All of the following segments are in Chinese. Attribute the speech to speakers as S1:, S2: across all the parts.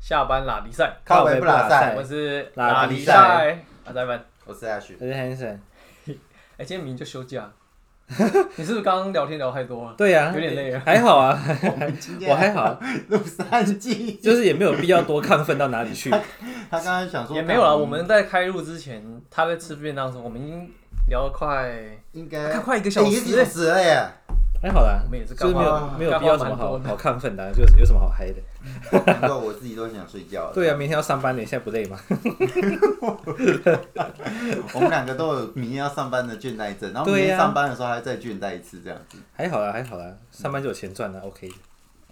S1: 下班拉力赛，
S2: 靠北不拉
S1: 我
S2: 赛
S1: 们，是
S2: 拉
S1: 力
S2: 力
S1: 赛，阿仔们，
S2: 我是阿旭。
S3: 我是 Hanson。
S1: 哎，今天明明就休 假，你是不是刚刚聊天聊太多了？
S3: 对呀、
S1: 有点累啊
S3: 还好啊，
S2: 我们今天
S3: 我还好，
S2: 录三季，
S3: 就是也没有必要多亢奋到哪里去。
S2: 他刚刚想说
S1: 也没有啦，啊我们在开录之前，他在吃便当的时候，我们已经聊了
S3: 哎
S1: 快，
S2: 应该
S1: 快一个小时
S2: 哎一个小时了耶。
S3: 还好啦，
S1: 我们也是
S3: 就是没
S1: 干
S3: 有
S1: 话
S3: 没有必要什么
S1: 干话
S3: 好
S1: 蛮多
S3: 好亢奋的、啊，就是有什么好嗨的。
S2: 难怪我自己都想睡觉了。
S3: 对啊，明天要上班的，你现在不累吗？
S2: 我们两个都有明天要上班的倦怠症，
S1: 啊
S2: 然后明
S3: 对
S2: 天
S3: 呀
S2: 上班的时候还再倦怠一次这样子。
S3: 还好啦，还好啦，上班就有钱赚了，OK 的。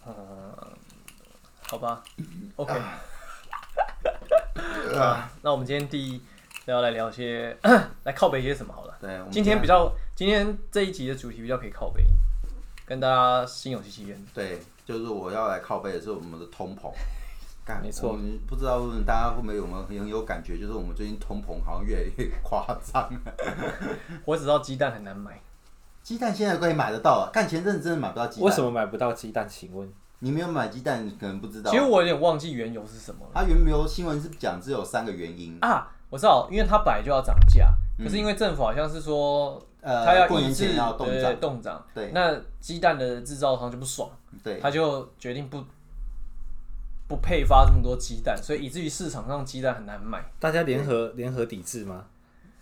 S1: 嗯，好吧，OK，
S3: 啊
S2: 对啊，
S1: 那我们今天第一要来聊些， 来靠北一些什么好了。
S2: 对，我们
S1: 今天比较，今天这一集的主题比较可以靠北，跟大家心有戚戚焉。
S2: 对，就是我要来靠背的是我们的通膨。干
S3: 没错
S2: 我们不知道大家会不会有没有很有感觉，就是我们最近通膨好像越来越夸张。
S1: 我只知道鸡蛋很难买。
S2: 鸡蛋现在可以买得到啊，干前阵子真的买不到鸡蛋。
S3: 为什么买不到鸡蛋？请问？
S2: 你没有买鸡蛋，你可能不知道。
S1: 其实我有点忘记缘由是什么了
S2: 它啊原由新闻是讲只有三个原因，
S1: 啊，我知道，因为它本来就要涨价，可是因为政府好像是说，
S2: 嗯呃
S1: 它要
S2: 过
S1: 抑
S2: 年前
S1: 制
S2: 要动
S1: 对
S2: 涨
S1: 对动涨，
S2: 对
S1: 那鸡蛋的制造商就不爽，
S2: 对，
S1: 他就决定不不配发这么多鸡蛋，所以以至于市场上鸡蛋很难买，
S3: 大家联合联合抵制吗？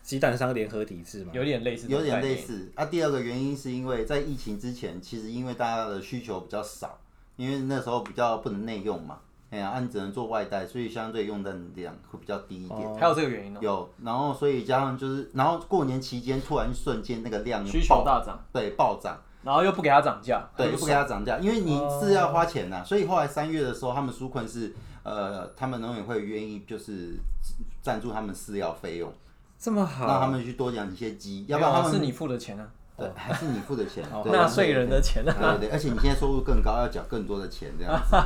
S3: 鸡蛋商联合抵制吗？
S1: 有点类似，
S2: 嗯有点类。似。啊，第二个原因是因为在疫情之前，其实因为大家的需求比较少，因为那时候比较不能内用嘛，哎呀、啊，你只能做外带，所以相对用蛋量会比较低一点。
S1: 还有这个原因呢、哦
S2: 有，然后所以加上就是，然后过年期间突然瞬间那个量
S1: 需
S2: 爆
S1: 求大涨，
S2: 对暴涨，
S1: 然后又不给它涨价，
S2: 对，
S1: 他就
S2: 不给它涨价，因为你是要花钱呐、所以后来三月的时候，他们纾困是呃，他们农委会愿意就是赞助他们饲料费用。
S3: 这么
S2: 让他
S3: 好？
S2: 们去多养一些鸡，要
S1: 没
S2: 不
S1: 有啊
S2: 然他
S1: 是
S2: 们
S1: 你付的钱啊，
S2: 对还是你付的钱，对
S1: 纳税人的钱
S2: 对
S1: 啊，
S2: 对对，而且你现在收入更高，要缴更多的钱，这 样子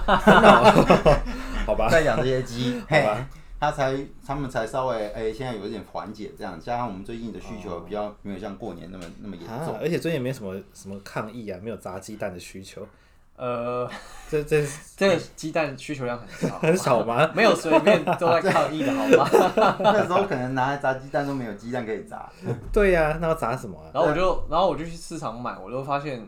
S3: 好吧，
S2: 再养这些鸡，
S3: 好吧
S2: 嘿，他才他们才稍微哎，现在有一点缓解，这样加上我们最近的需求比较没有像过年那么那么严
S3: 啊
S2: 重，！
S3: 而且最近也没什么什么抗议啊，没有砸鸡蛋的需求，
S1: 呃，
S3: 这这
S1: 这个鸡蛋需求量很少，
S3: 很 少吗？
S1: 没有随便都在抗议的好吗？
S2: 那时候可能拿来炸鸡蛋都没有鸡蛋可以炸，
S3: 对呀、那要砸什么啊？
S1: 然后我就，然后我就去市场买，我就发现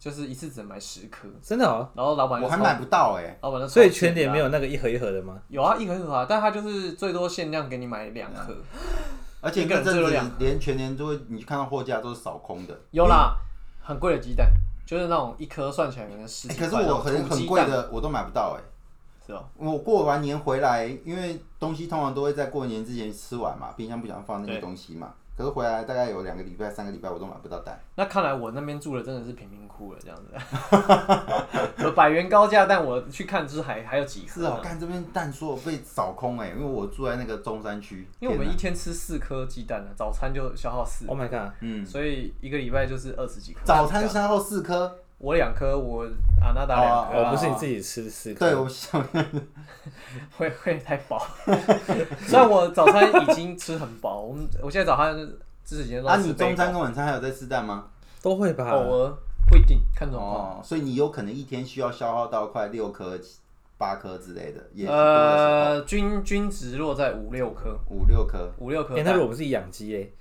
S1: 就是一次只能买十颗，
S3: 真的哦，
S1: 然后老板就
S2: 我还
S1: 超
S2: 买不到哎，
S1: 老板就超
S3: 所以
S1: 贱
S3: 全
S1: 的
S3: 年
S1: 啊
S3: 没有那个一盒一盒的吗？
S1: 有啊，一盒一盒啊，但他就是最多限量给你买两颗，
S2: 嗯而且
S1: 一个
S2: 那
S1: 人
S2: 阵
S1: 只有
S2: 子
S1: 两
S2: 连全年都会，你看到货架都是扫空的，
S1: 有啦，很贵的鸡蛋，就是那种一颗算起来可能十
S2: 哎
S1: 几
S2: 可
S1: 块，哦
S2: 是我很
S1: 那种土
S2: 很
S1: 鸡
S2: 贵
S1: 蛋
S2: 的我都买不到哎。
S1: 是哦，
S2: 我过完年回来，因为东西通常都会在过年之前吃完嘛，冰箱不想放那些
S1: 对
S2: 东西嘛。可是回来大概有两个礼拜、三个礼拜，我都买不到蛋。
S1: 那看来我那边住的真的是贫民窟了，这样子， 有百元高价，但我去看就是还还有几
S2: 是
S1: 盒
S2: 哦
S1: 呢，，
S2: 看这边蛋所有被扫空哎、因为我住在那个中山区。
S1: 因为我们
S2: 天
S1: 一
S2: 哪
S1: 天吃四颗鸡蛋呢，早餐就消耗四，
S3: Oh my god！
S2: 嗯，
S1: 所以一个礼拜就是二十几颗，
S2: 早餐消耗四颗，
S1: 我两颗，我阿娜达两颗
S3: 哦，
S1: 啊，
S3: 不是你自己吃四颗，
S2: 对我想
S1: 会会太饱。 虽然我早餐已经吃很饱，我们我现在早餐自己先
S2: 啊，
S1: 乱吃
S2: 你中
S1: 杯，
S2: 餐跟晚餐还有在吃蛋吗？
S3: 都会吧？
S1: 偶
S2: 哦
S1: 尔不一定看状况。
S2: 哦，所以你有可能一天需要消耗到快六颗、八颗之类的，也是多的时候，
S1: 呃，均均值落在五六颗，
S2: 五六颗。
S1: 五六颗
S3: 哎、
S1: 蛋。
S3: 那如果我们自己养鸡嘞，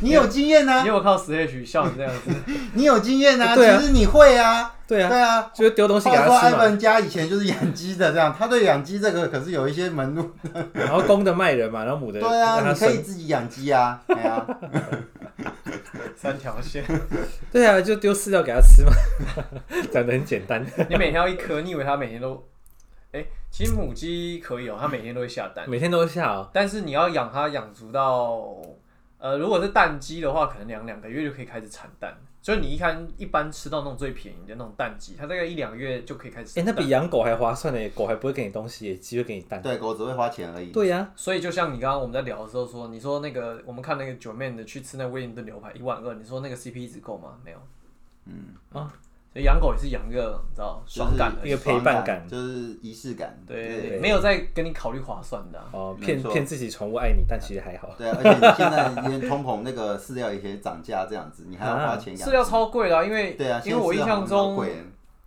S2: 你有经验呢、
S1: 你有没有看到 Slash 笑成这样 子？
S2: 你有经验啊，
S3: 对啊
S2: 其实你会啊，
S3: 对啊
S2: 对啊，
S3: 就是丢东西给
S2: 话
S3: 它
S2: 说
S3: 吃
S2: 艾
S3: 嘛，
S2: 文家以前就是养鸡的，这样他对养鸡这个可是有一些门路。
S3: 然后公的卖人嘛，然后母的
S2: 对
S3: 让
S2: 啊，
S3: 它
S2: 你可以
S3: 生，
S2: 自己养鸡啊，哎呀、
S1: 三条线，
S3: 对啊，就丢饲料给它吃嘛， 讲的很简单。
S1: 你每天要一颗，你以为它每天都？哎，其实母鸡可以哦，它每天都会下蛋，
S3: 每天都下哦，
S1: 但是你要养它养足到，呃，如果是蛋鸡的话，可能两两个月就可以开始产蛋。所以你一看一般吃到那种最便宜的那种蛋鸡，它大概一两个月就可以开始
S3: 哎、
S1: 产
S3: 那
S1: 蛋。
S3: 比养狗还划算呢，狗还不会给你东西耶，鸡会给你蛋。
S2: 对，狗只会花钱而已。
S3: 对呀、
S1: 所以就像你刚刚我们在聊的时候说，你说那个我们看那个九妹的去吃那威灵顿牛排一万二，你说那个 CP 值够吗？没有。啊
S2: 嗯，
S1: 所以养狗也是养一个你知道
S2: 就是
S1: 爽感而
S3: 一
S1: 已。
S3: 个陪伴感
S2: 就是仪式感。
S1: 对
S2: 对
S1: 没有在跟你考虑划算的啊、
S3: 哦，
S2: 没
S3: 骗
S2: 错
S3: 骗自己宠物爱你，但其实还好。
S2: 对啊，而且你现在连通膨那个饲料也可以涨价，这样子，你还要花钱养。
S1: 饲料超贵啦、因为
S2: 对啊，
S1: 因为我印象
S2: 现在饲料好像很
S1: 中
S2: 贵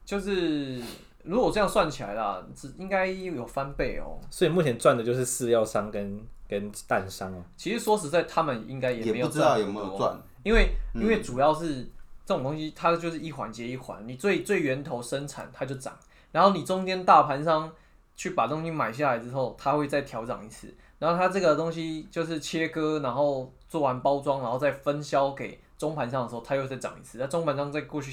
S1: 就是如果这样算起来啦，只应该有翻倍哦。
S3: 所以目前赚的就是饲料商跟跟蛋商哦。
S1: 其实说实在，他们应该
S2: 也
S1: 没
S2: 不
S1: 有
S2: 知道
S1: 赚
S2: 有
S1: 很
S2: 没
S1: 多
S2: 有赚。嗯
S1: 因为因为主要是这种东西，它就是一环接一环，你最最源头生产它就涨，然后你中间大盘商去把东西买下来之后，它会再调涨一次，然后它这个东西就是切割，然后做完包装，然后再分销给中盘商的时候，它又再涨一次，那中盘商再过去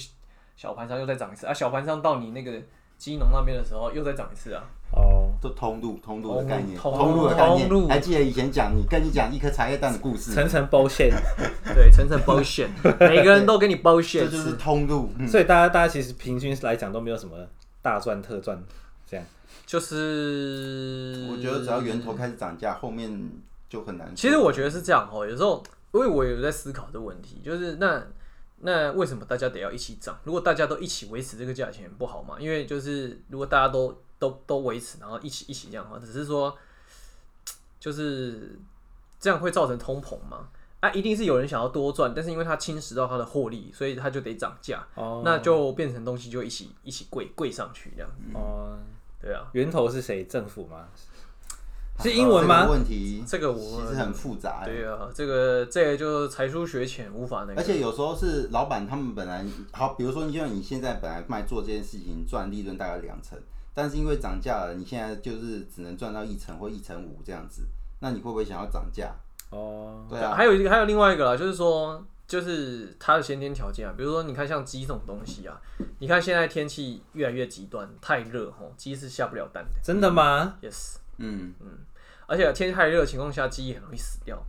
S1: 小盘商又再涨一次，啊，小盘商到你那个基农那边的时候又再涨一次啊，
S3: 哦，
S2: 都通路，通路的概念，
S1: 通路
S2: 通路的概
S1: 通路
S2: 念。还记得以前讲你跟你讲一颗茶叶蛋的故事，
S3: 层层包馅，
S1: 对，层层包 馅，每个人都给你包馅
S2: 这就是通路。嗯
S3: 所以大家大家其实平均来讲都没有什么大赚特赚这样。
S1: 就是
S2: 我觉得只要源头开始涨价，后面就很难说。
S1: 嗯其实我觉得是这样哦，有时候因为我有在思考这个问题，就是那那为什么大家得要一起涨？如果大家都一起维持这个价钱，不好吗？因为就是如果大家都都都维持，然后一起一起这样的话，只是说就是这样会造成通膨嘛？啊，一定是有人想要多赚，但是因为他侵蚀到他的获利，所以他就得涨价，
S3: 哦
S1: 那就变成东西就一起一起贵贵上去这样，
S2: 嗯
S3: 哦，
S1: 对啊，
S3: 源头是谁？政府吗？
S2: 啊
S3: 是英文吗
S2: 这个问题
S1: 这个我
S2: 其实很复杂，欸
S1: 对啊，这个这个就才疏学浅，无法那
S2: 而
S1: 个。
S2: 且有时候是老板他们本来好，比如说你就像你现在本来卖做这件事情赚利润大概两成，但是因为涨价了，你现在就是只能赚到一成或一成五这样子，那你会不会想要涨价？
S3: 哦，
S2: 对啊，
S1: 还有一个，还有另外一个啦，就是说，就是它的先天条件啊，比如说，你看像鸡这种东西啊，你看现在天气越来越极端，太热吼，鸡是下不了蛋
S3: 真的吗？
S1: 的，yes，
S2: 嗯，
S1: 而且天气太热的情况下，鸡也很容易死掉。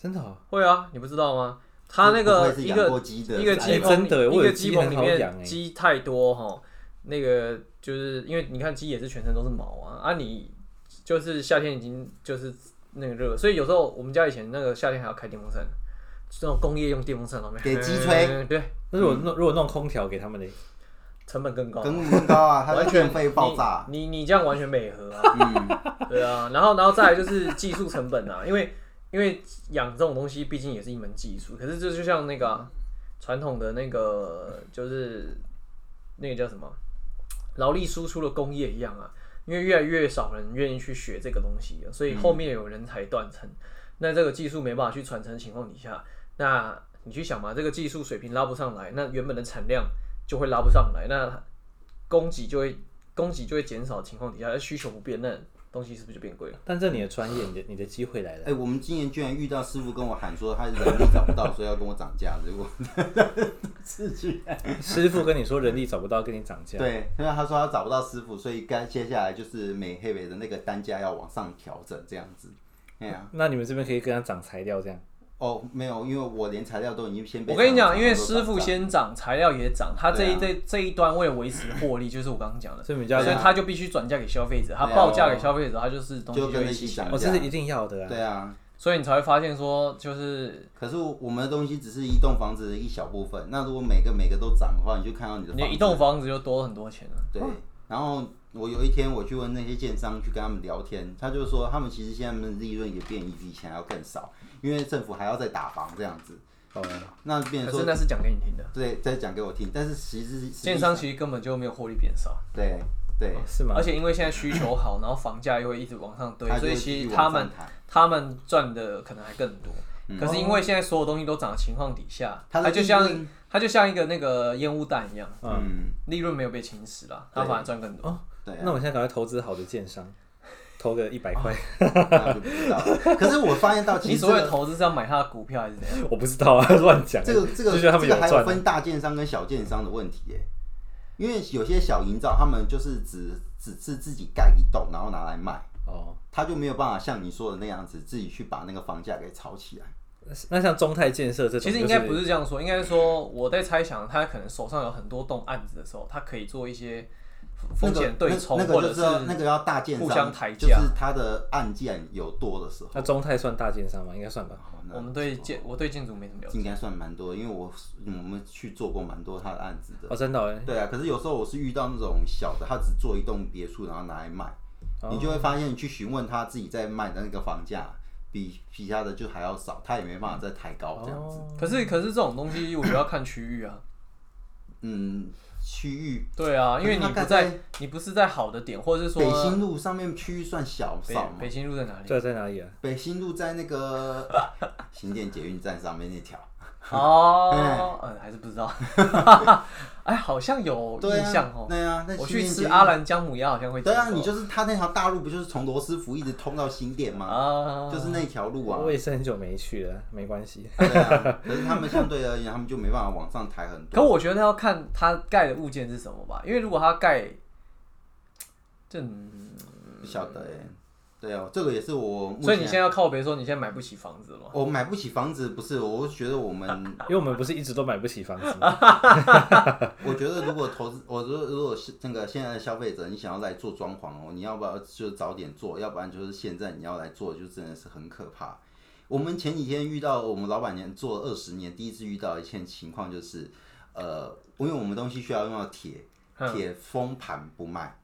S3: 真的哦，
S1: 会啊，你不知道吗？它那个
S2: 会不会是
S1: 一
S2: 养
S1: 个
S2: 过鸡的
S1: 一个
S2: 来
S1: 鸡 哦
S2: 源
S1: 棚，
S3: 哎真的
S1: 一
S3: 我有
S1: 个
S3: 鸡
S1: 鸡棚里
S3: 很好养
S1: 面
S3: 哎
S1: 鸡太多吼，那个就是因为你看鸡也是全身都是毛啊，啊你就是夏天已经就是那个热，所以有时候我们家以前那个夏天还要开电风扇，这种工业用电风扇旁边
S2: 给鸡吹，
S1: 嗯对，
S3: 那如果弄如果弄空调给他们的，
S1: 成本更高，
S2: 更更高 啊，它的
S1: 完全
S2: 电费爆炸。嗯
S1: 你你你这样完全美合啊， 对啊，然后然后再来就是技术成本啊，因为因为养这种东西毕竟也是一门技术，可是这就像那个啊传、统的那个就是那个叫什么劳力输出的工业一样啊，因为越来越少人愿意去学这个东西了，所以后面有人才断层，那这个技术没办法去传承的情况底下，那你去想嘛，这个技术水平拉不上来，那原本的产量就会拉不上来，那供给就会供给就会减少的情况底下，而需求不变，那东西是不是就变贵了？
S3: 但这你的专业，你的你的机会来了
S2: 哎、。我们今年居然遇到师傅跟我喊说他人力找不到，所以要跟我涨价，结果自己
S3: 师傅跟你说人力找不到，跟你涨价。
S2: 呃对，因为他说他找不到师傅，所以该接下来就是美黑北的那个单价要往上调整这样子。哎呀、
S3: 那你们这边可以跟他涨材料这样。
S2: 哦，没有，因为我连材料都已经先被
S1: 我跟你讲，
S2: 厂商
S1: 因为
S2: 都
S1: 师傅
S2: 涨价
S1: 先涨，材料也涨，他这一、
S2: 对啊
S1: 这这一端为了维持获利，就是我刚刚讲的，
S2: 嗯
S3: 所以你就要
S1: 所
S3: 跟
S1: 以他就必须转嫁给消费者，他报价给消费者，他就是东西
S2: 就
S1: 就
S2: 跟
S1: 一
S2: 那
S1: 起
S2: 些
S1: 涨，
S2: 涨
S3: 哦，
S2: 价
S3: 这是，一定要的啊。
S2: 对啊。
S1: 所以你才会发现说，就是
S2: 可是我们的东西只是一栋房子的一小部分，那如果每个每个都涨的话，你就看到你的
S1: 你
S2: 房子
S1: 一栋哦房子就多很多钱了。
S2: 对，然后我有一天我去问那些建商，去跟他们聊天，他就说他们其实现在的利润也变比以前还要更少，因为政府还要再打房这样子。
S3: 哦，
S2: 那变成
S1: 可是
S2: 说，
S1: 那是讲给你听的，
S2: 对，再讲给我听，但是其实实际
S1: 建商其实根本就没有获利变少，
S2: 对对，
S3: 是吗
S1: 而？且因为现在需求好，然后房价又会一直往上堆
S2: 他，就
S1: 所以
S2: 会继
S1: 其
S2: 续
S1: 实
S2: 往
S1: 他
S2: 上
S1: 们
S2: 抬
S1: 他们赚的可能还更多。可是因为现在所有东西都涨的情况底下，
S2: 他的
S1: 它就
S2: 利
S1: 像
S2: 润
S1: 它就像一个那个烟雾弹一样，
S2: 嗯，
S1: 利润没有被侵蚀啦，它反而赚更多。
S2: 对啊，
S3: 那我现在赶快投资好的建商，投 个一百块，
S2: 那嗯就不知道了。可是我发现到其
S1: 你
S2: 实这
S1: 所谓的
S2: 个
S1: 投资是要买它的股票还是怎样？
S3: 我不知道啊， 乱讲。
S2: 这个这
S3: 就
S2: 个
S3: 觉得他
S2: 这
S3: 们
S2: 个还
S3: 赚
S2: 有
S3: 啊。
S2: 分大建商跟小建商的问题耶，因为有些小营造他们就是只只是自己盖一栋，然后拿来卖。
S3: 哦，
S2: 他就没有办法像你说的那样子，自己去把那个房价给炒起来。
S3: 那那像中泰建设这种，
S1: 其实应该不
S3: 是
S1: 是这样说，应该是说我在猜想，他可能手上有很多栋案子的时候，他可以做一些风险对冲，
S2: 那个
S1: 或
S2: 那
S1: 者
S2: 个就是要那
S1: 是
S2: 个要大建商
S1: 互相抬
S2: 就
S1: 价
S2: 是他的案件有多的时候，
S3: 那中泰算大建商吗？应该算吧。
S2: 哦那
S1: 我们对建我对建筑没什么了解。
S2: 应该算蛮多，因为我我们去做过蛮多他的案子的。
S3: 哦，真的哦，
S2: 对啊，可是有时候我是遇到那种小的，他只做一栋别墅，然后拿来卖，
S3: 哦
S2: 你就会发现，你去询问他自己在卖的那个房价，比其他的就还要少，他也没办法再抬高这样子。
S3: 哦
S1: 可是可是这种东西，我觉得要看区域啊。
S2: 嗯，区域，
S1: 对啊，因为你
S2: 可
S1: 不
S2: 是它盖
S1: 在，你不是在好的点，或者是
S2: 北
S1: 说
S2: 新路上面区域算小
S1: 北
S2: 少嘛？
S1: 北京路在哪里？
S3: 这在哪里啊？
S2: 北新路在 那个新店捷运站上面那条，
S1: 哦，嗯，还是不知 道。哎，好像有
S2: 对
S1: 印象
S2: 啊
S1: 哦，。
S2: 对啊，那
S1: 我
S2: 新
S1: 去
S2: 店捷
S1: 吃
S2: 运
S1: 阿兰姜母鸭好像会经
S2: 对
S1: 过。
S2: 啊，你就是它那条大路不就是从罗斯福一直通到新店吗？
S1: 啊，
S2: 就是那条路啊。
S3: 我也是很久没去了，没关系。
S2: 对啊，可是他们相对而言，他们就没办法往上抬很多。
S1: 可我觉得要看它盖的物件是什么吧，因为如果它盖，这嗯
S2: 不晓得哎、对啊，这个也是我目前。
S1: 所以你现在要靠别说你现在买不起房子了吗？
S2: 我买不起房子，不是，我觉得 我们，
S3: 因为我们不是一直都买不起房子 吗？
S2: 我觉得如果投资，我如果如果是那个现在的消费者，你想要来做装潢哦，你要不要就早点做，要不然就是现在你要来做，就真的是很可怕。我们前几天遇到我们老板娘做二十年，第一次遇到一件情况就是，呃，因为我们东西需要用到铁，
S1: 嗯
S2: 铁封盘不卖，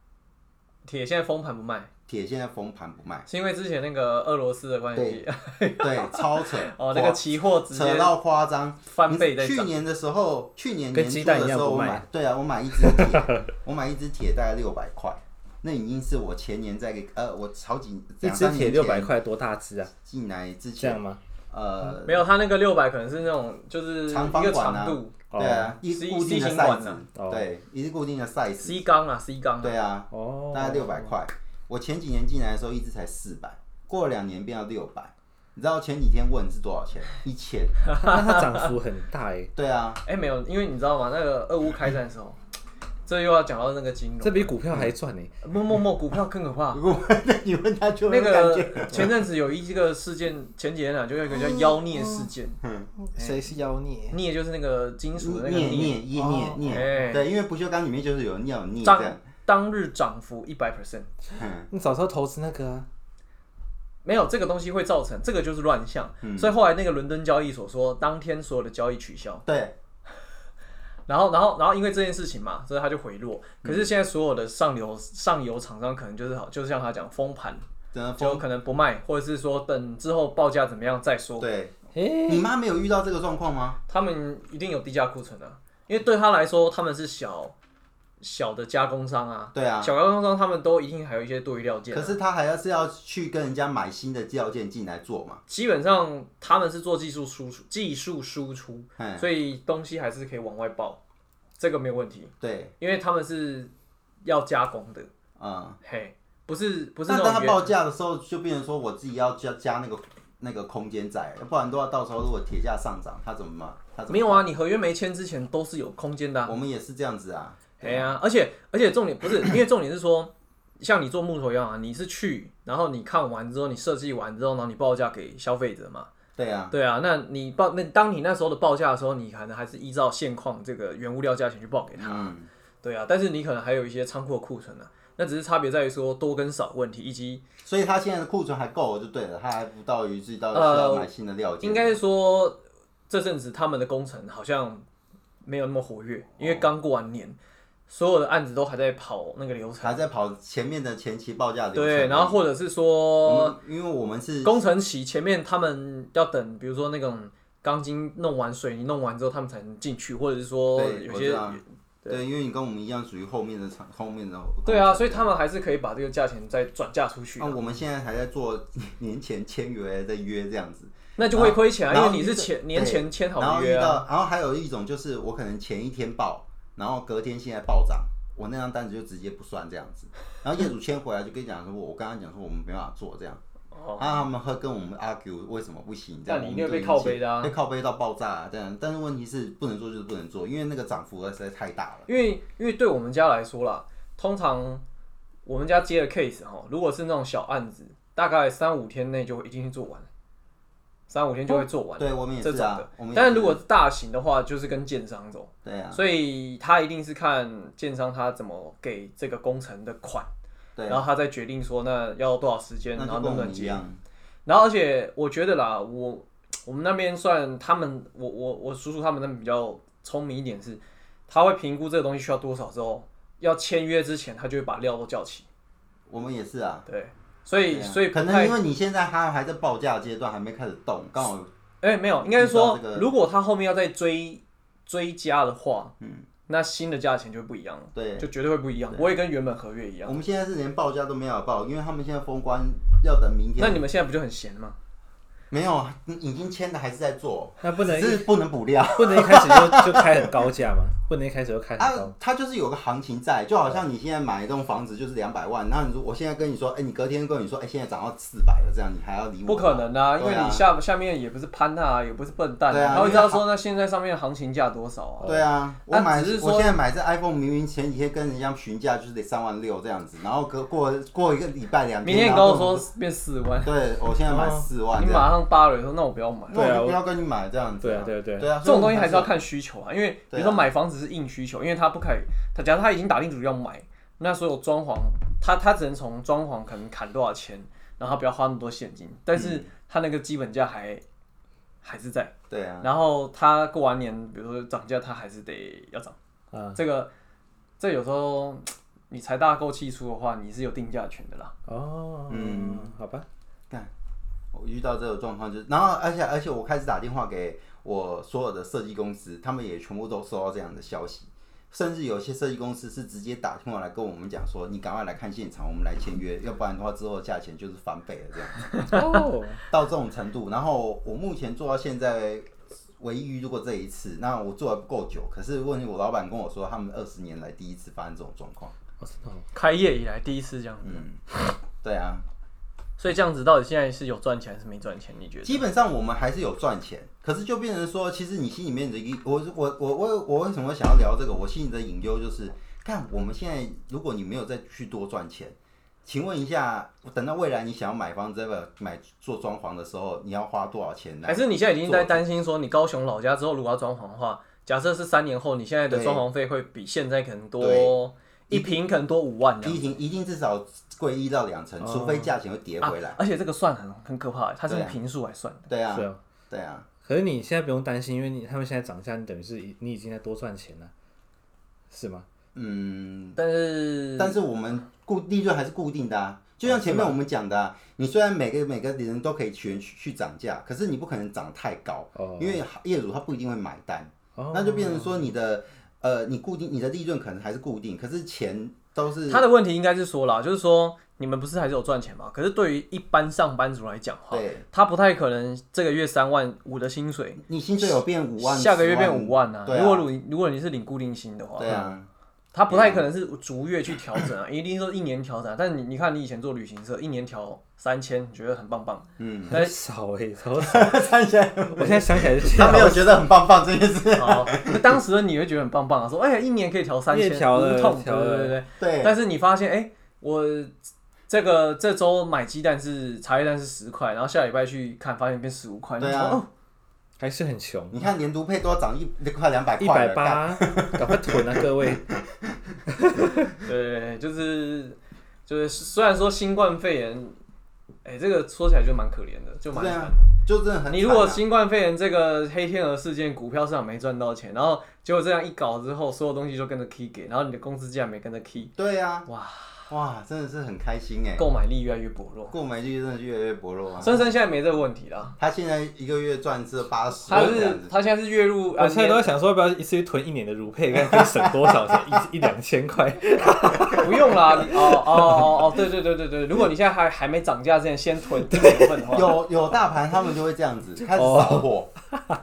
S1: 铁现在封盘不卖，
S2: 铁现在封盘不卖，
S1: 是因为之前那个俄罗斯的关系，
S2: 对，超扯
S1: 哦，那个期货直
S2: 扯
S1: 接
S2: 到夸张。
S1: 翻倍在
S2: 去年的时候，去年
S3: 跟
S2: 年
S3: 鸡
S2: 初
S3: 蛋
S2: 的
S3: 一
S2: 时
S3: 样
S2: 候，
S3: 不
S2: 我
S3: 卖
S2: 买， 对啊，我买一只铁，我买一只铁大概六百块，那已经是我前年在给呃，我好几
S3: 一
S2: 两
S3: 只
S2: 三
S3: 铁
S2: 年
S3: 六百
S2: 前
S3: 块多大只啊？
S2: 进来之
S3: 这样
S2: 前，
S3: 吗？
S2: 呃，
S1: 没有，它那个六百可能是那种就是一
S2: 长方
S1: 个
S2: 管啊
S1: 长度
S3: 嗯
S2: 对
S3: 哦
S2: 啊，一
S1: 是一
S2: 固定
S1: 是一
S2: 的
S1: 型管
S2: size，
S1: 啊
S2: 对，一是固定的 size，
S1: C 缸啊 C 缸，
S2: 对啊，
S3: 哦，
S2: 大概六百块。我前几年进来的时候，一只才四百，过了两年变到六百。你知道前几天问是多少钱？一千。
S3: 那它涨幅很大哎、
S2: 对啊，
S1: 哎没有，因为你知道吗？那个俄乌开战的时候， 这又要讲到那个金融，
S3: 这比股票
S2: 嗯
S3: 还赚呢、欸
S1: 梦梦梦股票更可 怕。
S2: 如果你问他就
S1: 那
S2: 没有感觉。
S1: 个前阵子有一这个事件，前几天啊，就有一个叫妖孽事件，
S2: 嗯
S4: 谁是妖孽？
S1: 孽就是那个金属的那个
S2: 镍
S1: 镍，
S2: 镍镍镍
S1: 哎
S2: 镍，对，因为不锈钢里面就是有镍有镍这
S1: 涨
S2: 样，
S1: 当日涨幅一百 percent，
S2: 嗯
S3: 你早知道投资那个啊，
S1: 没有这个东西会造成这个就是乱象，
S2: 嗯
S1: 所以后来那个伦敦交易所说当天所有的交易取消，
S2: 对，
S1: 然后然后然后因为这件事情嘛，所以它就回落。可是现在所有的上游上游厂商可能就是好，就是像他讲封盘，
S2: 真的
S1: 就
S2: 疯，
S1: 可能不卖，或者是说等之后报价怎么样再说。
S2: 对，
S3: 哎、
S2: 你妈没有遇到这个状况吗？
S1: 他们一定有低价库存啊，因为对他来说他们是小小的加工商啊，
S2: 对啊，
S1: 小加工商他们都一定还有一些多余料件
S2: 可
S1: 啊、
S2: 是他还要是要去跟人家买新的料件进来做嘛，
S1: 基本上他们是做技术输出，技术输出，
S2: 嗯，
S1: 所以东西还是可以往外报，这个没有问题，
S2: 对，
S1: 因为他们是要加工的，
S2: 嗯，
S1: 嘿，不是不是
S2: 那
S1: 那种
S2: 当他
S1: 原
S2: 报价的时候，就变成说我自己要加加那个那个空间在，不然的话到时候如果铁价上涨，他怎么嘛？他怎么
S1: 没有啊，你合约没签之前都是有空间的、啊。
S2: 我们也是这样子啊，
S1: 哎呀、而且而且重点不是，因为重点是说，像你做木头一样啊，你是去，然后你看完之后，你设计完之后，然后你报价给消费者嘛。
S2: 对啊，
S1: 对啊，那你报那当你那时候的报价的时候，你可能还是依照现况这个原物料价钱去报给他。
S2: 嗯，
S1: 对啊，但是你可能还有一些仓库的库存啊，那只是差别在于说多跟少问题，以及
S2: 所以他现在的库存还够就对了，他还不到于至于到需
S1: 呃
S2: 要买新的料件，
S1: 应该是说这阵子他们的工程好像没有那么活跃，
S2: 哦
S1: 因为刚过完年，所有的案子都还在跑那个流程。
S2: 还在跑前面的前期报价流程。
S1: 对，然后或者是
S2: 我
S1: 说
S2: 们因为我们是
S1: 工程期前面他们要等，比如说那种钢筋弄完、水泥弄完之后，他们才能进去，或者是说
S2: 对
S1: 有
S2: 我知
S1: 些
S2: 道对，因为你跟我们一样属于后面的厂，后面的
S1: 对啊，所以他们还是可以把这个价钱再转嫁出去啊
S2: 那、，我们现在还在做年前签约的约这样子，
S1: 那就会亏钱啊，
S2: 然
S1: 因
S2: 后
S1: 为你是前年前签
S2: 然
S1: 好
S2: 后
S1: 的
S2: 遇
S1: 约啊。
S2: 到，然后还有一种就是我可能前一天报，然后隔天现在暴涨，我那张单子就直接不算这样子，然后业主签回来就跟你讲说，我刚刚讲说我们没办法做这样，
S1: 哦，
S2: 然后他们会跟我们 argue 为什么不行这样，
S1: 那你
S2: 我
S1: 一定
S2: 们
S1: 会被
S2: 就
S1: 靠
S2: 生气
S1: 背的啊
S2: 被靠背到爆炸、啊、这样，但是问题是不能做就是不能做，因为那个涨幅实在太大了。
S1: 因为因为对我们家来说啦，通常我们家接的 case 哈，如果是那种小案子，大概三五天内就已经做完了，三五天就会做完了。
S2: 哦对，我们也
S1: 这
S2: 是
S1: 种
S2: 啊
S1: 的，
S2: 我们也
S1: 但是
S2: 是
S1: 如果大型的话，就是跟建商走，
S2: 对啊，
S1: 所以他一定是看建商他怎么给这个工程的款，
S2: 对
S1: 然后他再决定说那要多少时间，
S2: 那
S1: 然
S2: 就
S1: 后能
S2: 跟
S1: 不
S2: 我
S1: 能
S2: 们一
S1: 接。
S2: 样，
S1: 然后而且我觉得啦，我我们那边算他们，我我我叔叔他们那边比较聪明一点是，他会评估这个东西需要多少之后，要签约之前他就会把料都叫齐，
S2: 我们也是啊。
S1: 对，所以、
S2: 对啊
S1: 所以不
S2: 可
S1: 太
S2: 能因为你现在还还在报价阶段，还没开始动，刚好
S1: 哎、没有，应该是说
S2: 你知道这，个
S1: 如果他后面要再追追加的话，嗯，那新的价钱就会不一样了，
S2: 对
S1: 就绝对会不一样，不会跟原本合约一样。
S2: 我们现在是连报价都没有报，因为他们现在封关要等明天。
S1: 那你们现在不就很闲吗？
S2: 没有啊，已经签的还是在做，
S3: 那不能
S2: 只是不能补料
S3: 不能一开始就就开很高价嘛，不能一开始就开很高。
S2: 啊。它就是有个行情在，就好像你现在买一栋房子就是两百万，然后你说我现在跟你说，哎、你隔天跟你说，哎、现在涨到四百了，这样你还要理我吗？
S1: 不可能啊，因为
S2: 对啊
S1: 你下下面也不是潘娜啊，也不是笨蛋
S2: 对啊
S1: 他会
S2: 因为
S1: 知道说那现在上面行情价多少啊。
S2: 对啊，我
S1: 啊
S2: 买
S1: 只是说
S2: 我现在买这 iPhone，明明前几天跟人家询价就是得三万六这样子，然后隔过过一个礼拜两天，
S1: 明天你啊
S2: 然
S1: 跟
S2: 后
S1: 我说，变四万，
S2: 对我现在买四万
S1: 你
S2: 这
S1: 马
S2: 样，
S1: 上扒了说那我不要买。
S2: 那我
S3: 对啊
S2: 就不
S3: 我
S2: 要跟你买这样子。
S3: 对啊，对啊，对啊。
S2: 对啊，
S1: 这种东西
S2: 所以我
S1: 还是要看需求啊，因为比如说
S2: 对啊
S1: 买房子是硬需求，因为他不可以，他假如他已经打定主意要买，那所有装潢，他他只能从装潢可能砍多少钱，然后他不要花那么多现金，但是他那个基本价还还是在，
S2: 对啊，
S1: 然后他过完年，比如说涨价，他还是得要涨，
S2: 嗯
S3: 啊，
S1: 这个这有时候你财大够气粗的话，你是有定价权的啦，
S3: 哦，嗯
S2: 嗯，
S3: 好吧，
S2: 我遇到这种状况就是，然后而且而且我开始打电话给我所有的设计公司，他们也全部都收到这样的消息，甚至有些设计公司是直接打电话来跟我们讲说，你赶快来看现场，我们来签约，要不然的话之后价钱就是翻倍了这样。
S3: 哦，
S2: 到这种程度。然后我目前做到现在，唯一遇到过这一次，那我做的不够久。可是问题我老板跟我说，他们二十年来第一次发生这种状况。
S3: 我知道了
S1: 开业以来第一次这样子，
S2: 嗯，对啊，
S1: 所以这样子到底现在是有赚钱还是没赚钱？你觉得？
S2: 基本上我们还是有赚钱，可是就变成说，其实你心里面的一我我我我我为什么会想要聊这个？我心里的隐忧就是，看我们现在如果你没有再去多赚钱，请问一下，等到未来你想要买房子、买做装潢的时候，你要花多少钱来？
S1: 还是你现在已经在担心说，你高雄老家之后如果要装潢的话，假设是三年后，你现在的
S2: 对
S1: 装潢费会比现在可能多
S2: 对
S1: 一平，可能多五万这
S2: 一
S1: 样
S2: 定一定至少贵一到两成，
S3: 哦
S2: 除非价钱会跌回来。
S1: 啊而且这个算很很可怕，它是用
S2: 对啊
S1: 平数来算的。
S2: 对啊
S3: 是，啊。
S2: 对啊，
S3: 可是你现在不用担心，因为你他们现在涨价，你等于是已你已经在多赚钱了，是吗？
S2: 嗯，
S1: 但是
S2: 但是我们固利润还是固定的啊。就像前面我们讲的、啊，你虽然每个每个人都可以去去涨价，可是你不可能涨太高，
S3: 哦
S2: 因为业主他不一定会买单，
S3: 哦，
S2: 那就变成说你的呃，你固定你的利润可能还是固定，可是钱都是
S1: 他的问题应该是说啦，就是说你们不是还是有赚钱吗？可是对于一般上班族来讲哈，
S2: 对，
S1: 他不太可能这个月三万五的薪水，
S2: 你薪水有变五万，
S1: 下个月
S2: 10
S1: 变五万啊。
S2: 对啊
S1: 如果你如果你是领固定薪的话，
S2: 对啊，
S1: 他不太可能是逐月去调整啊，一定说一年调整啊、但你你看，你以前做旅行社，一年调三千，你觉得很棒 棒。
S2: 嗯，
S1: 但
S3: 很少哎，超少。我现在想起来是
S2: 他没有觉得很棒棒这件事，
S1: 好，哦那当时你会觉得很棒棒啊，说哎、一年可以调三千，
S3: 也调了
S1: 无痛，对
S3: 调了
S1: 对对对。
S2: 对，
S1: 但是你发现，哎、我这个这周买鸡蛋是茶叶蛋是十块，然后下礼拜去看，发现变十五块，
S2: 对啊
S1: 你说哦，
S3: 还是很穷，
S2: 你看年度配都要涨一快两百
S3: 一
S2: 块
S3: 百
S2: 了，干
S3: 八，赶快囤啊，各位！
S1: 对对对，就是就是，虽然说新冠肺炎，哎、这个说起来就蛮可怜的，就蛮
S2: 对
S1: 惨
S2: 啊
S1: 的。
S2: 就真的很惨啊、
S1: 你如果新冠肺炎这个黑天鹅事件，股票市场没赚到钱，然后结果这样一搞之后，所有东西就跟着 key 给，然后你的工资竟然没跟着 key，
S2: 对呀、
S1: 哇
S2: 哇，真的是很开心哎、
S1: 购买力越来越薄弱。
S2: 购买力真的是越来越薄弱啊。
S1: 深深现在没这个问题啦，
S2: 他现在一个月赚是八十，
S1: 他
S2: 这
S1: 是
S2: 样子，
S1: 他现在是月入，
S3: 我
S1: 呃
S3: 啊现在都在想说，要不要一次去囤一年的乳配，看可以省多少钱，一一两 千块。
S2: 嗯
S1: 年不用啦，你哦哦哦哦，对对对对对，如果你现在还还没涨价之前先囤一年份的话，
S2: 有有大盘他们就会这样子开始扫货，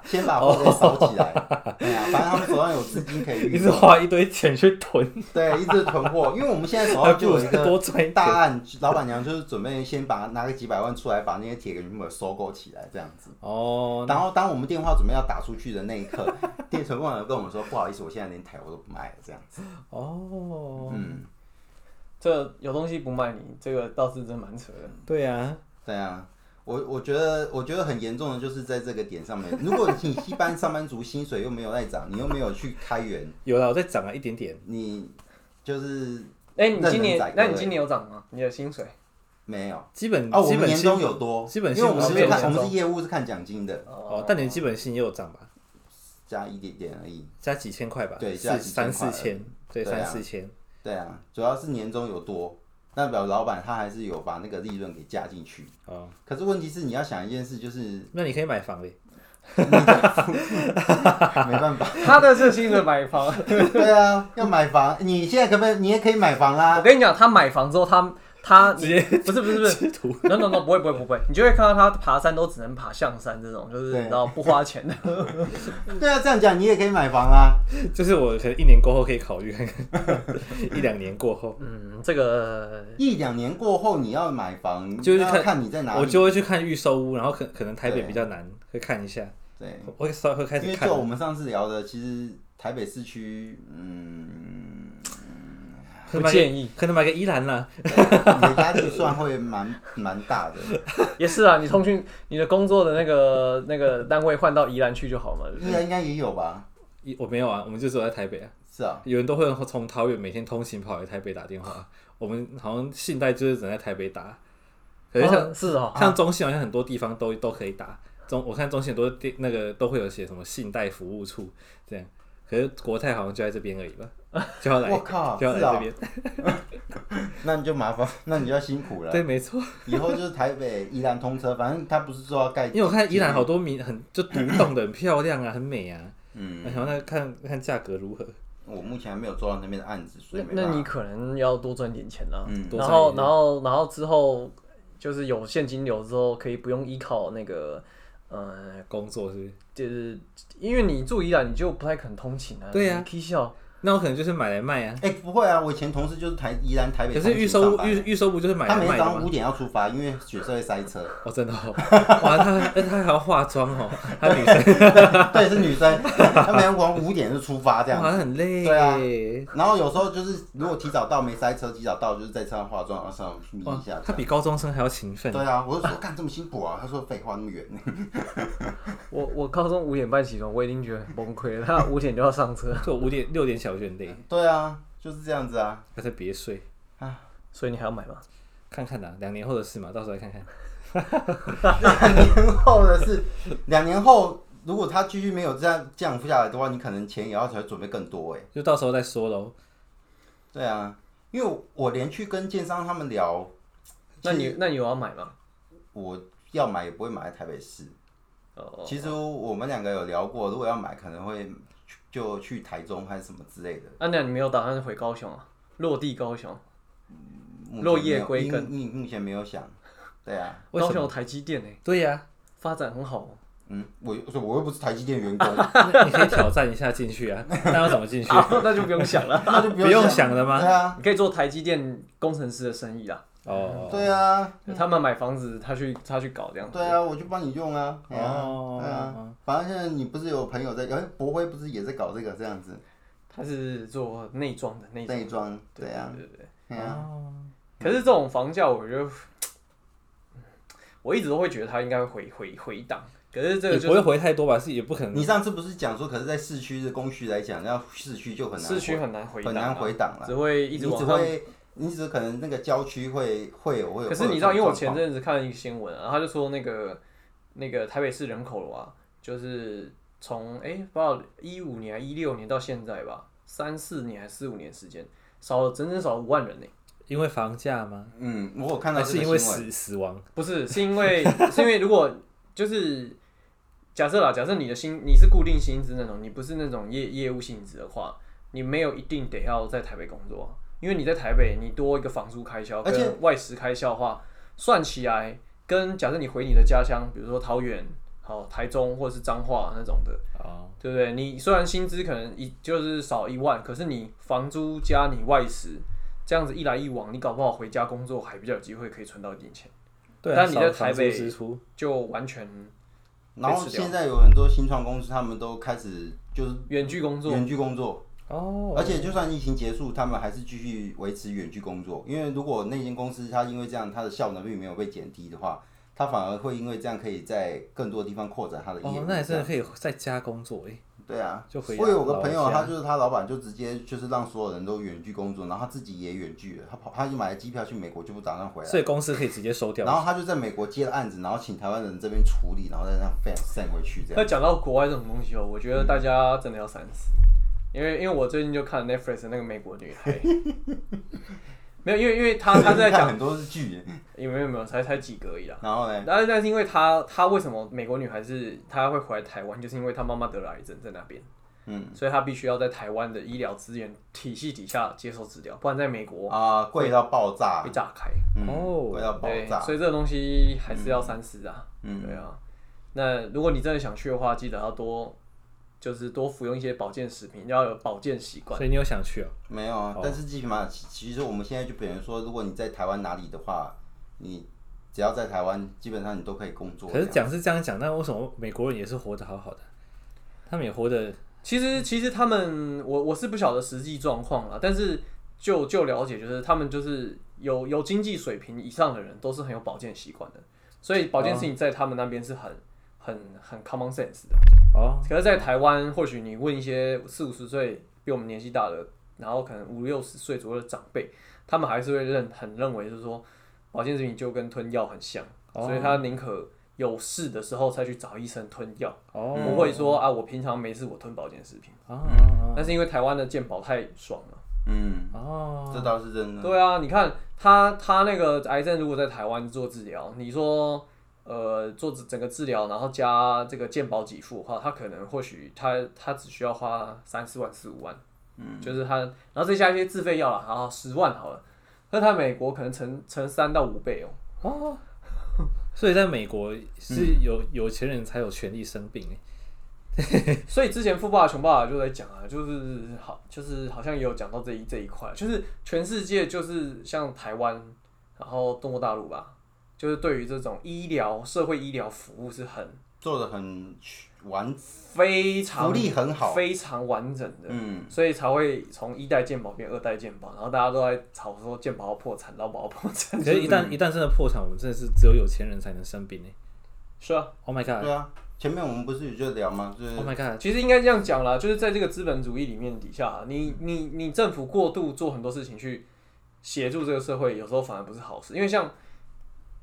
S2: 先把货给扫起来。对呀、反正他们手上有资金可以
S3: 一
S2: 运
S3: 直
S2: 用，
S3: 花一堆钱去囤，
S2: 对，一直囤货。因为我们现在手
S3: 还
S2: 上
S3: 不
S2: 哦就有一
S3: 如多
S2: 个
S3: 赚一点。
S2: 大案，老板娘就是准备先把拿个几百万出来，把那些铁给全部收购起来，这样子。
S3: 哦，
S2: 然后当我们电话准备要打出去的那一刻，店承办人跟我们说：“不好意思，我现在连台我都不卖了。”这样子，
S3: 哦，
S2: 嗯，
S1: 这有东西不卖你，这个倒是真蛮扯的。
S3: 对啊，
S2: 对啊，我我觉得我觉得很严重的就是在这个点上面，如果你一般上班族薪水又没有在涨，你又没有去开源，
S3: 有了，我再涨了一点点，
S2: 你就是
S1: 哎，你今
S2: 任人宰
S1: 年
S2: 割，
S1: 那你今年有涨吗？你的薪水？
S2: 没有。
S3: 基本
S2: 啊，我
S3: 基
S2: 们
S3: 本
S2: 年
S3: 薪
S2: 终有多，
S3: 基本
S2: 因为我
S1: 资
S2: 们
S3: 薪
S2: 是
S1: 有
S2: 看我
S1: 年
S2: 们
S1: 终
S2: 是业务是看奖金的，
S3: 哦，但你的基本薪也有涨吧，
S2: 加一点点而已。
S3: 加几千块吧，
S2: 对加
S3: 是
S2: 几千
S3: 三四
S2: 块
S3: 千，对，
S2: 对
S3: 三
S2: 啊
S3: 四千，
S2: 对啊，主要是年终有多，代表老板他还是有把那个利润给加进去。
S3: 哦，
S2: 可是问题是，你要想一件事，就是
S3: 那你可以买房嘞，
S2: 没办法。
S1: 他的这是因为买 房，
S2: 对啊，要买房，你现在可不可以？你也可以买房啦
S1: 我。跟你讲，他买房之后，他他
S3: 直接
S1: 不是不是不是
S3: 吃土，
S1: ，no no no，不会不会不会，你就会看到他爬山都只能爬象山这种，就是
S2: 对
S1: 你知道不花钱的。
S2: 对啊，这样讲你也可以买房啦。
S3: 就是我可能一年过后可以考虑看看， 一两年过后，
S1: 嗯，这个
S2: 一两年过后你要买房，
S3: 就是
S2: 那要
S3: 看
S2: 看你在哪里。
S3: 我就会去看预售屋，然后可可能台北
S2: 对
S3: 比较难，会看一下，
S2: 对，
S3: 我会稍微会开
S2: 因
S3: 始
S2: 为
S3: 看
S2: 就。我们上次聊的，其实台北市区，嗯，
S1: 不
S3: 可能买个
S1: 建议，
S3: 可能买个宜兰啦，
S2: 你的压力算会蛮蛮大的。
S1: 也是啊，你通讯你的工作的那个那个单位换到宜兰去就好嘛。对不
S2: 应
S1: 对
S2: 该应该也有吧？
S3: 宜我没有啊，我们就住在台北啊。
S2: 是啊，
S3: 有人都会从桃园每天通勤跑来台北打电话，我们好像信贷就是只能在台北打，可是像、
S1: 哦是
S2: 啊
S1: 哦，
S3: 像中信好像很多地方都都可以打，中我看中信很多地那个都会有写什么信贷服务处这样，可是国泰好像就在这边而已吧，就要来
S2: 我靠，是
S3: 就要来这
S2: 啊，
S3: 边，
S2: 那你就麻烦， 那你就要辛苦了。
S3: 对，没错，
S2: 以后就是台北宜兰通车，反正他不是说要盖，
S3: 因为我看宜兰好多名很就独栋的很漂亮啊，很美啊，
S2: 嗯，
S3: 然后那看看价格如何，
S2: 我目前还没有做到那边的案子，所以没
S1: 那
S2: 办
S1: 那
S2: 法
S1: 你可能要多赚点钱啦。
S2: 嗯
S3: 多
S1: 然
S3: 赚
S1: 后
S3: 一点
S1: 然后然后之后就是有现金流之后，可以不用依靠那个呃，
S3: 工作是不是？
S1: 就是因为你住宜兰，你就不太肯通勤啊。
S3: 对啊
S1: ，K 笑
S3: 那我可能就是买来卖啊，
S2: 哎、不会啊，我以前同事就是台宜兰台北
S3: 可
S2: 通
S3: 是
S2: 勤
S3: 预售
S2: 上
S3: 屋
S2: 班啊
S3: 预预售屋就是买
S2: 他
S3: 来
S2: 每
S3: 卖
S2: 天早
S3: 的
S2: 上
S3: 嘛
S2: 五。点要出发，因为雪车会塞车。
S3: 哦，真的哦， 哇，她哎她还要化妆哦，她女生
S2: 对，是女生，他每天晚上五点就出发这样
S3: 哇，她
S2: 子。
S3: 很累，
S2: 对啊然后有时候就是如果提早到没塞车，提早到就是在车上化妆，然后上眯
S3: 哇
S2: 一下，这
S3: 她比
S2: 样。
S3: 高中生还要勤奋，
S2: 对啊，我就说干这么辛苦啊，他说废话那么远，
S1: 我我高中五点半起床，我已经觉得很崩溃了。他五点就要上
S2: 啊
S1: 车，
S3: 就五点六点起来我就很累，
S2: 对啊，就是这样子啊。
S3: 她在别睡，
S1: 所以你还要买吗？
S3: 看看啦，两年后的事嘛，到时候来看看。
S2: 两年后的是，两年后如果他继续没有这样降下来的话，你可能钱也要才准备更多哎、
S3: 就到时候再说喽。
S2: 对啊，因为我连去跟建商他们聊，
S1: 那你那你有要买吗？
S2: 我要买也不会买在台北市。
S1: 哦，
S2: 其实我们两个有聊过，如果要买可能会去就去台中还是什么之类的。
S1: 啊，那你没有打算回高雄啊？落地高雄，
S2: 目前
S1: 落叶
S2: 没有
S1: 归根，
S2: 因因目前没有想。对啊，
S3: 为
S1: 高
S3: 什么
S1: 雄有台积电诶、
S3: 对呀、
S1: 发展很好、哦。
S2: 嗯，我我我又不是台积电员工，
S3: 那你可以挑战一下进去啊， 那要怎么进去？
S1: 啊， 那就不用想了，
S2: 那就
S3: 不用
S2: 想
S3: 想了吗
S2: 对啊，
S1: 你可以做台积电工程师的生意啦。啊
S3: 哦，
S2: 对啊，
S1: 他们买房子，他去他去搞这样。
S2: 对啊，我就帮你用啊。哎呀
S3: 哦
S2: 对啊，反正现在你不是有朋友在，哎，博辉不是也在搞这个这样子
S1: 他是做内装的内装。
S2: 内装？对啊，
S1: 对对对。
S2: 哎
S3: 哦
S2: 呀，
S1: 可是这种房价，我觉得，嗯我一直都会觉得它应该会回回回档。可是这个
S3: 也
S1: 就
S3: 不会回太多吧，是也不可能。
S2: 你上次不是讲说，可是在市区的供需来讲，要市区就很难，
S1: 市区很难回档、啊
S2: 很难回档了，
S1: 只会一
S2: 你
S1: 直
S2: 只
S1: 往上。
S2: 会，你只可能那个郊区会会有会有。
S1: 可是你知道，因为我前阵子看了一个新闻啊，他就说那个那个台北市人口啊，就是从哎、不知道一五年、一六年到现在吧，三四年还是四五年时间，少了整整少了五万人呢、啊
S3: 因为房价吗？
S2: 嗯，我有看到
S3: 还
S2: 这
S3: 是
S2: 个
S3: 因为
S2: 新闻
S3: 死死亡？
S1: 不是，是因为是因为如果就是假设啦，假设你的薪你是固定薪资那种，你不是那种业业务性质的话，你没有一定得要在台北工作啊，因为你在台北你多一个房租开销，
S2: 而且
S1: 跟外食开销的话，算起来跟假设你回你的家乡，比如说桃园、好台中或者是彰化那种的，
S3: 哦，
S1: 对不对？你虽然薪资可能一就是少一万，可是你房租加你外食。这样子一来一往，你搞不好回家工作还比较有机会可以存到一点钱。
S3: 对啊，
S1: 但你在
S3: 少
S1: 台北
S3: 房租支出，
S1: 就完全
S2: 然后
S1: 被吃掉
S2: 现在有很多新创公司，他们都开始就是
S1: 远距工作，
S2: 远距工作，
S3: 哦，
S2: 而且就算疫情结束，他们还是继续维持远距工作。因为如果那间公司它因为这样它的效能并没有被减低的话，它反而会因为这样可以在更多地方扩展它的业务。
S3: 哦，那也真的可以在家工作诶。
S2: 对啊，
S3: 就回
S2: 我有个朋
S3: 老
S2: 友，
S3: 家
S2: 他就是他老板就直接就是让所有人都远距工作，然后他自己也远距了，他跑他就买了机票去美国，就不打算回来。
S3: 所以公司可以直接收掉。
S2: 啊然后他就在美国接了案子，然后请台湾人这边处理，然后再让 fan send 回去这样。
S1: 那讲到国外这种东西哦，我觉得大家真的要 三思，因为因为我最近就看 Netflix 的那个美国女孩，没有，因为因为他他是在
S2: 看
S1: 讲，
S2: 很多日剧耶，
S1: 有没有没有，才才几个而已啦。
S2: 然后呢，
S1: 但是但是因为他他为什么美国女孩是她会回来台湾，就是因为她妈妈得了癌症在那边，
S2: 嗯
S1: 所以她必须要在台湾的医疗资源体系底下接受治疗，不然在美国
S2: 啊，贵到爆炸
S1: 被，炸开。
S2: 嗯
S3: 哦
S2: 贵到爆
S1: 对，
S2: 炸，
S1: 所以这个东西还是要三思啊。
S2: 嗯
S1: 对啊。那如果你真的想去的话，记得要多就是多服用一些保健食品，要有保健习惯。
S3: 所以你有想去哦？
S2: 没有啊
S3: 哦。
S2: 但是基本上，其其实我们现在就比如说，如果你在台湾哪里的话，你只要在台湾，基本上你都可以工作。
S3: 可是讲是这样讲，那为什么美国人也是活得好好的？他们也活得
S1: 其实其实他们我我是不晓得实际状况啦，但是就就了解，就是他们就是有有经济水平以上的人都是很有保健习惯的，所以保健事情在他们那边是很很很 common sense 的。
S3: 哦，
S1: 可是，在台湾，或许你问一些四五十岁比我们年纪大的，然后可能五六十岁左右的长辈，他们还是会认很认为就是说，保健食品就跟吞药很像，
S3: 哦
S1: 所以他宁可有事的时候才去找医生吞药，
S3: 哦，
S1: 不
S2: 嗯
S1: 会说啊，我平常没事我吞保健食品。
S3: 哦哦
S1: 但是因为台湾的健保太爽了，
S2: 嗯，
S3: 哦，
S2: 这倒是真的。
S1: 对啊，你看他他那个癌症如果在台湾做治疗，你说呃做整个治疗，然后加这个健保给付的话，他可能或许他他只需要花三四万四五万，嗯，就是他然后再加一些自费药了，然后十万好了，那他美国可能乘乘三到五倍哦、
S3: 哦，所以在美国
S2: 嗯
S3: 是有有钱人才有权利生病欸
S1: 所以之前富爸爸穷爸爸就在讲啊，就是好，就是好像也有讲到这一这一块，就是全世界就是像台湾，然后中国大陆吧，就是对于这种医疗、社会医疗服务是很
S2: 做的很完，
S1: 非常
S2: 福利很好。
S1: 非常完整的，
S2: 嗯，
S1: 所以才会从一代健保变二代健保，然后大家都在吵说健保要破产，劳保要破产，
S3: 可是，一旦一旦真的破产，我们真的是只有有钱人才能生病哎。
S1: 是啊，
S3: Oh my god！Oh
S2: 对啊，前面我们不是有就聊吗？就是
S3: my god！
S1: 其实应该这样讲啦，就是在这个资本主义里面底下，啊你你你政府过度做很多事情去协助这个社会，有时候反而不是好事。因为像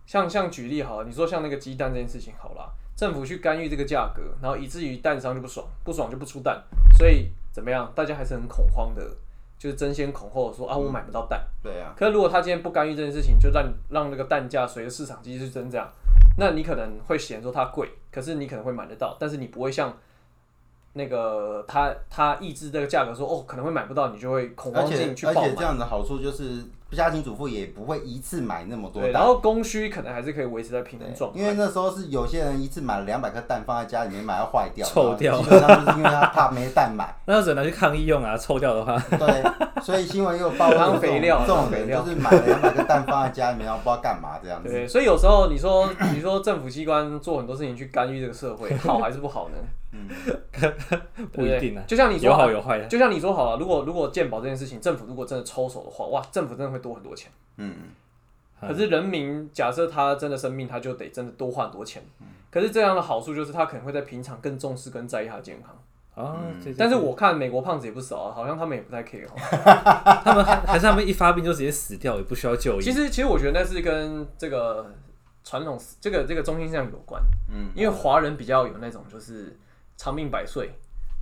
S1: 像像举例好了，你说像那个鸡蛋这件事情好啦，政府去干预这个价格，然后以至于蛋商就不爽，不爽就不出蛋，所以怎么样，大家还是很恐慌的，就是争先恐后地说啊，我买不到蛋。
S2: 对啊，
S1: 可是如果他今天不干预这件事情，就让让那个蛋价随着市场机制增长，那你可能会嫌说它贵，可是你可能会买得到，但是你不会像那个他他抑制这个价格说哦可能会买不到，你就会恐
S2: 而
S1: 慌
S2: 且
S1: 性去
S2: 而
S1: 爆
S2: 且这
S1: 买。
S2: 样的好处就是，家庭主妇也不会一次买那么多
S1: 对，然
S2: 蛋。
S1: 后供需可能还是可以维持在平衡状态，
S2: 因为那时候是有些人一次买了两百颗蛋放在家里面买要坏掉，
S3: 臭掉
S2: 基本上就是因为他怕没蛋买。
S3: 那只能拿去抗议用啊， 臭掉的话，
S2: 对，所以新闻又报道
S1: 当肥料
S2: 这种
S1: 当肥
S2: 人
S1: 料
S2: 就是买了两百个蛋放在家里面，然后不知道干嘛这样子。
S1: 对，所以有时候你说你说政府机关做很多事情去干预这个社会，好还是不好呢？ 对
S3: 嗯不一
S1: 对
S3: 定啊。
S1: 就像你说
S3: 有好有坏的。
S1: 就像你说好了，如果如果健保这件事情，政府如果真的抽手的话，哇，政府真的会多很多钱。
S2: 嗯，
S3: 嗯
S1: 可是人民假设他真的生病，他就得真的多花很多钱。
S2: 嗯
S1: 可是这样的好处就是他可能会在平常更重视跟在意他的健康。
S3: 啊，对对
S1: 嗯但是我看美国胖子也不少啊，好像他们也不太 care 哦。
S3: 他们还还是他们一发病就直接死掉，也不需要就医
S1: 其。实其实我觉得那是跟这个传统这个这个中心思想有关。
S2: 嗯，
S1: 因为华人比较有那种就是长命百岁，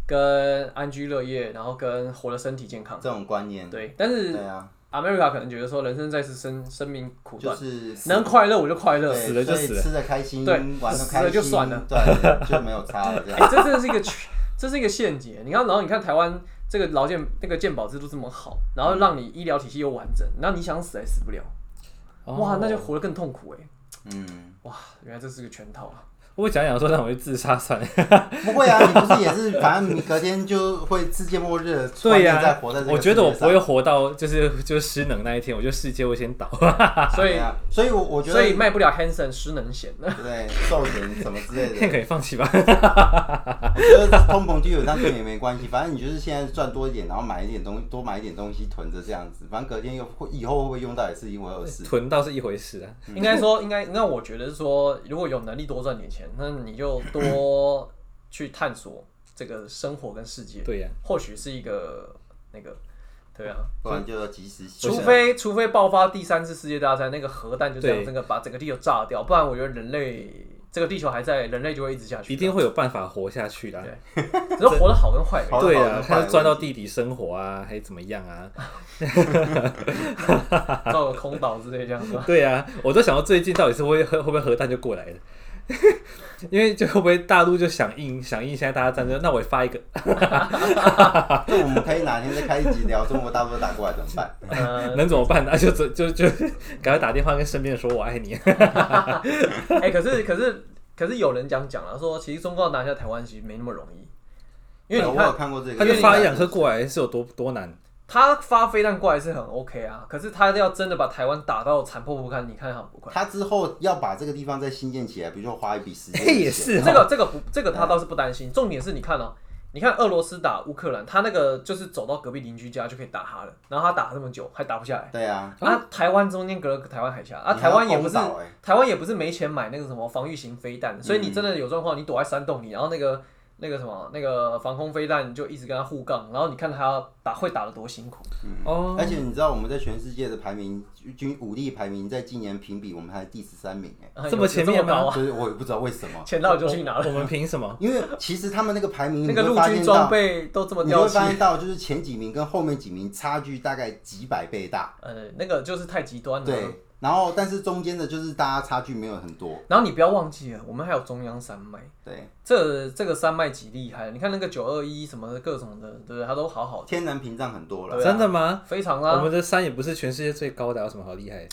S1: 跟安居乐业，然后跟活得身体健康。
S2: 这种观念，
S1: 对，但是
S2: 对啊，
S1: America 可能觉得说人生在世生生命苦
S2: 就
S1: 短，
S2: 是
S1: 能快乐我就快乐
S2: 对。
S3: 死了就
S2: 所以
S3: 死了
S2: 吃的开心，
S1: 对
S2: 玩的
S1: 死
S2: 开
S1: 了
S2: 心
S1: 就算了，
S2: 对，就没有差了这 样。
S1: 哎、这真的是一个缺，这是一个陷阱。欸你看，然后你看台湾这个劳健那个健保制度这么好，然后让你医疗体系又完整，然后你想死还死不了，
S3: 哦
S1: 哇，那就活得更痛苦哎！
S2: 嗯，
S1: 哇，原来这是个圈套啊！
S3: 我讲讲说让我去自杀算了。
S2: 不会啊，你不是也是，反正你隔天就会世界末日的观
S3: 对
S2: 念
S3: 呀
S2: 在活在这个
S3: 我觉得我
S2: 世界
S3: 不
S2: 上
S3: 会活到就是就是失能那一天，我觉得世界会先倒。
S1: 所
S2: 对
S1: 以，
S2: 啊，所以我我觉得
S1: 所以卖不了 Hanson 失能险的，
S2: 对寿险什么之类的
S3: 那，可以放弃吧。
S2: 我觉得通膨基本上跟你也没关系，反正你就是现在赚多一点，然后买一点东西，多买一点东西囤着这样子，反正隔天又会以后会不会用到也是一回事。
S3: 囤倒是一回事啊，
S2: 嗯
S1: 应该说，应该那我觉得是说，如果有能力多赚点钱，那你就多 去探索这个生活跟世界，
S3: 对呀、
S1: 或许是一个那个，对啊。
S2: 不然就要及时行
S1: 除
S2: 乐。
S1: 非除非爆发第三次世界大战，那个核弹就这样
S3: 对
S1: 整个把整个地球炸掉，不然我觉得人类这个地球还在，人类就会一直下去，
S3: 一定会有办法活下去的啊。
S1: 只是活得好跟坏而已。
S2: 好
S3: 对
S2: 好
S3: 啊，
S2: 好
S3: 他钻到地底生活啊，还怎么样啊？
S1: 造个空岛之类这样子。
S3: 对啊，我都想到最近到底是会会会不会核弹就过来了， 因为就会不会大陆就响应响应现在大家战争，那我也发一个，
S2: 这我们可以哪天再开一集聊中国大陆打过来怎么办？
S1: 呃，
S3: 能怎么办呢、就就就就赶快打电话跟身边人说我爱你。啊
S1: 哎、可是可是可是有人讲讲了，说其实中共要拿下台湾其实没那么容易，因为
S2: 对啊
S1: 你
S2: 我有
S1: 看
S2: 看过这个，
S3: 他就发一两颗过来是有多 多难？
S1: 他发飞弹过来是很 OK 啊，可是他要真的把台湾打到残破不堪，你看好不快？
S2: 他之后要把这个地方再新建起来，比如说花一笔时间。
S3: 哎也是
S1: 这个这个不这个他倒是不担心，重点是你看哦。你看俄罗斯打乌克兰，他那个就是走到隔壁邻居家就可以打他了，然后他打这么久还打不下来。
S2: 对啊，
S1: 啊，台湾中间隔了台湾海峡，啊，
S2: 你
S1: 台
S2: 还要
S1: 湾也不是
S2: 封岛欸嗯
S1: 台湾也不是没钱买那个什么防御型飞弹，所以你真的有状况，你躲在山洞里，然后那个那个什么那个防空飞弹你就一直跟他互杠，然后你看他要打会打得多辛苦。
S3: 哦，
S2: 嗯而且你知道我们在全世界的排名，军武力排名在今年评比我们还第十三名哎、
S1: 啊
S3: 这么
S1: 有
S3: 前
S1: 有
S3: 面吗
S1: 高啊？
S2: 所以我也不知道为什么。
S1: 钱到底就去拿
S3: 我
S1: 了，
S3: 们凭什么？
S2: 因为其实他们那个排名，
S1: 那个
S2: 你会
S1: 陆
S2: 嗯发
S1: 军
S2: 现
S1: 装
S2: 到，
S1: 备都这么
S2: 你
S1: 掉
S2: 会
S1: 漆。
S2: 发现到就是前几名跟后面几名差距大概几百倍大。
S1: 呃，那个就是太极端了。
S2: 对，然后但是中间的就是大家差距没有很多。
S1: 然后你不要忘记了，我们还有中央山脉，
S2: 对，
S1: 这这个山脉几厉害，你看那个九二一什么的各种的，对不对？它都好好的，
S2: 天然屏障很多了。
S1: 对啊
S3: 真的吗？
S1: 非常啊。
S3: 我们的山也不是全世界最高的，啊有什么好厉害？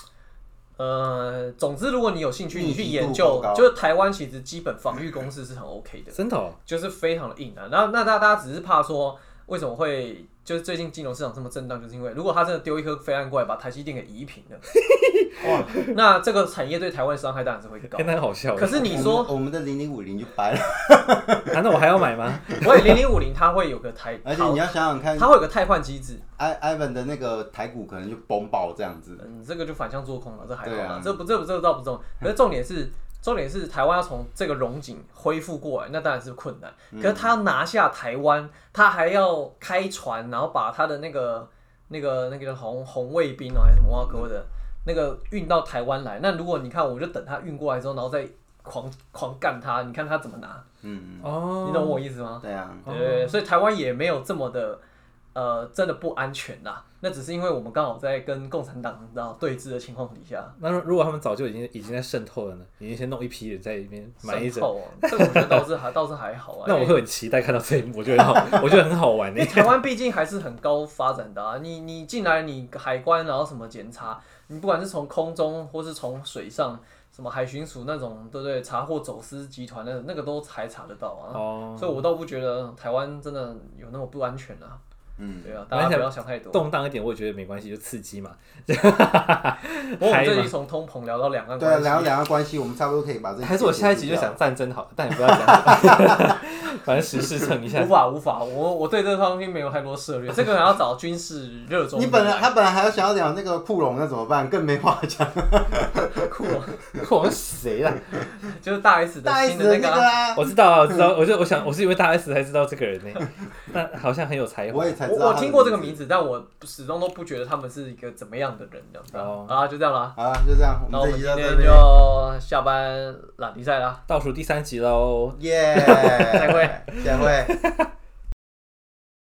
S1: 呃，总之，如果你有兴趣，
S2: 密
S1: 你
S2: 集
S1: 去
S2: 度
S1: 研
S2: 够
S1: 究，
S2: 高
S1: 就是台湾其实基本防御公式是很 OK 的，
S3: 真的、哦？
S1: 就是非常的硬啊。那那大大家只是怕说，为什么会就是最近金融市场这么震荡，就是因为如果他真的丢一颗飞弹过来，把台积电给移平了， 哇，那这个产业对台湾的伤害当然是会高
S3: 哎、。那很好笑耶。
S1: 可是你说，
S2: 我们我们的零零五零就白了，
S3: 啊，那我还要买 吗？
S1: 我零零五零它会有个台，
S2: 而且你要想想看
S1: 它会有个汰换机制，
S2: ，i Ivan 的那个台股可能就崩爆这样子。
S1: 嗯，这个就反向做空了，这还好
S2: 对
S1: 啦，
S2: 啊
S1: 这不这不这个倒不重要，可是重点是。重点是台湾要从这个荣景恢复过来，那当然是困难。
S2: 嗯
S1: 可是他拿下台湾，他还要开船，然后把他的那个、那个、那个叫红红卫兵哦，还是什么挖沟的，那个运到台湾来。那如果你看，我就等他运过来之后，然后再狂狂干他，你看他怎么拿？
S2: 嗯，
S3: 哦，
S1: 你懂我意思吗？
S2: 对啊，
S3: 哦
S1: 对，所以台湾也没有这么的，呃，真的不安全啦。那只是因为我们刚好在跟共产党然后对峙的情况底下，
S3: 那如果他们早就已经已经在渗透了呢？已经先弄一批人在里面买一
S1: 渗
S3: 整，
S1: 透哦，这个我觉得倒是还 倒是还好啊。
S3: 那我
S1: 因为
S3: 会 很期待看到这一幕，我觉得很好，我觉得很好玩欸
S1: 因
S3: 呢
S1: 为。 台湾毕竟还是很高发展的啊，你你进来你海关然后什么检查，你不管是从空中或是从水上，什么海巡署那种，对不对？查获走私集团的那个都还查得到啊。
S3: 哦，
S1: 所以我倒不觉得台湾真的有那么不安全啊。
S2: 嗯，
S1: 对啊，大家不要想太多。
S3: 动荡一点我也觉得没关系，就刺激嘛。
S1: 不 过我们这
S3: 嗨
S1: 里从通膨聊到两岸
S2: 对啊，
S1: 关系，
S2: 聊两岸关系，我们差不多可以把这。
S3: 还是我下一集就想，战争好了，但也不要讲什 么，反正时事蹭一下
S1: 无。法无法，我我对这方面没有太多涉 略，这个还要找军事热衷的。
S2: 你本来他本来还要想要聊那个库龙，那怎么办？更没话讲。
S1: 酷，哦
S3: 我们谁啊？
S1: 就是大 S 的
S2: 大 S
S1: 新的
S2: 的
S1: 那
S2: 那
S1: 个
S2: 个
S1: 啊。
S2: 啊，
S3: 我知道啊，我知道，我就我想我是因为大 S 才知道这个人呢，但好像很有才华
S2: 我。也才知道
S1: 我我听过这个名
S2: 字。
S1: 字，但我始终都不觉得他们是一个怎么样的人，这样子
S3: 哦
S1: 啊，好啦就这样啦。
S2: 好啊，就这样，
S1: 那
S2: 我
S1: 我
S2: 们
S1: 们
S2: 这集
S1: 今
S2: 到
S1: 天
S2: 这边，
S1: 就下班拉迪赛啦，
S3: 倒数第三集喽。
S2: 耶，
S1: 再会。
S2: 下回。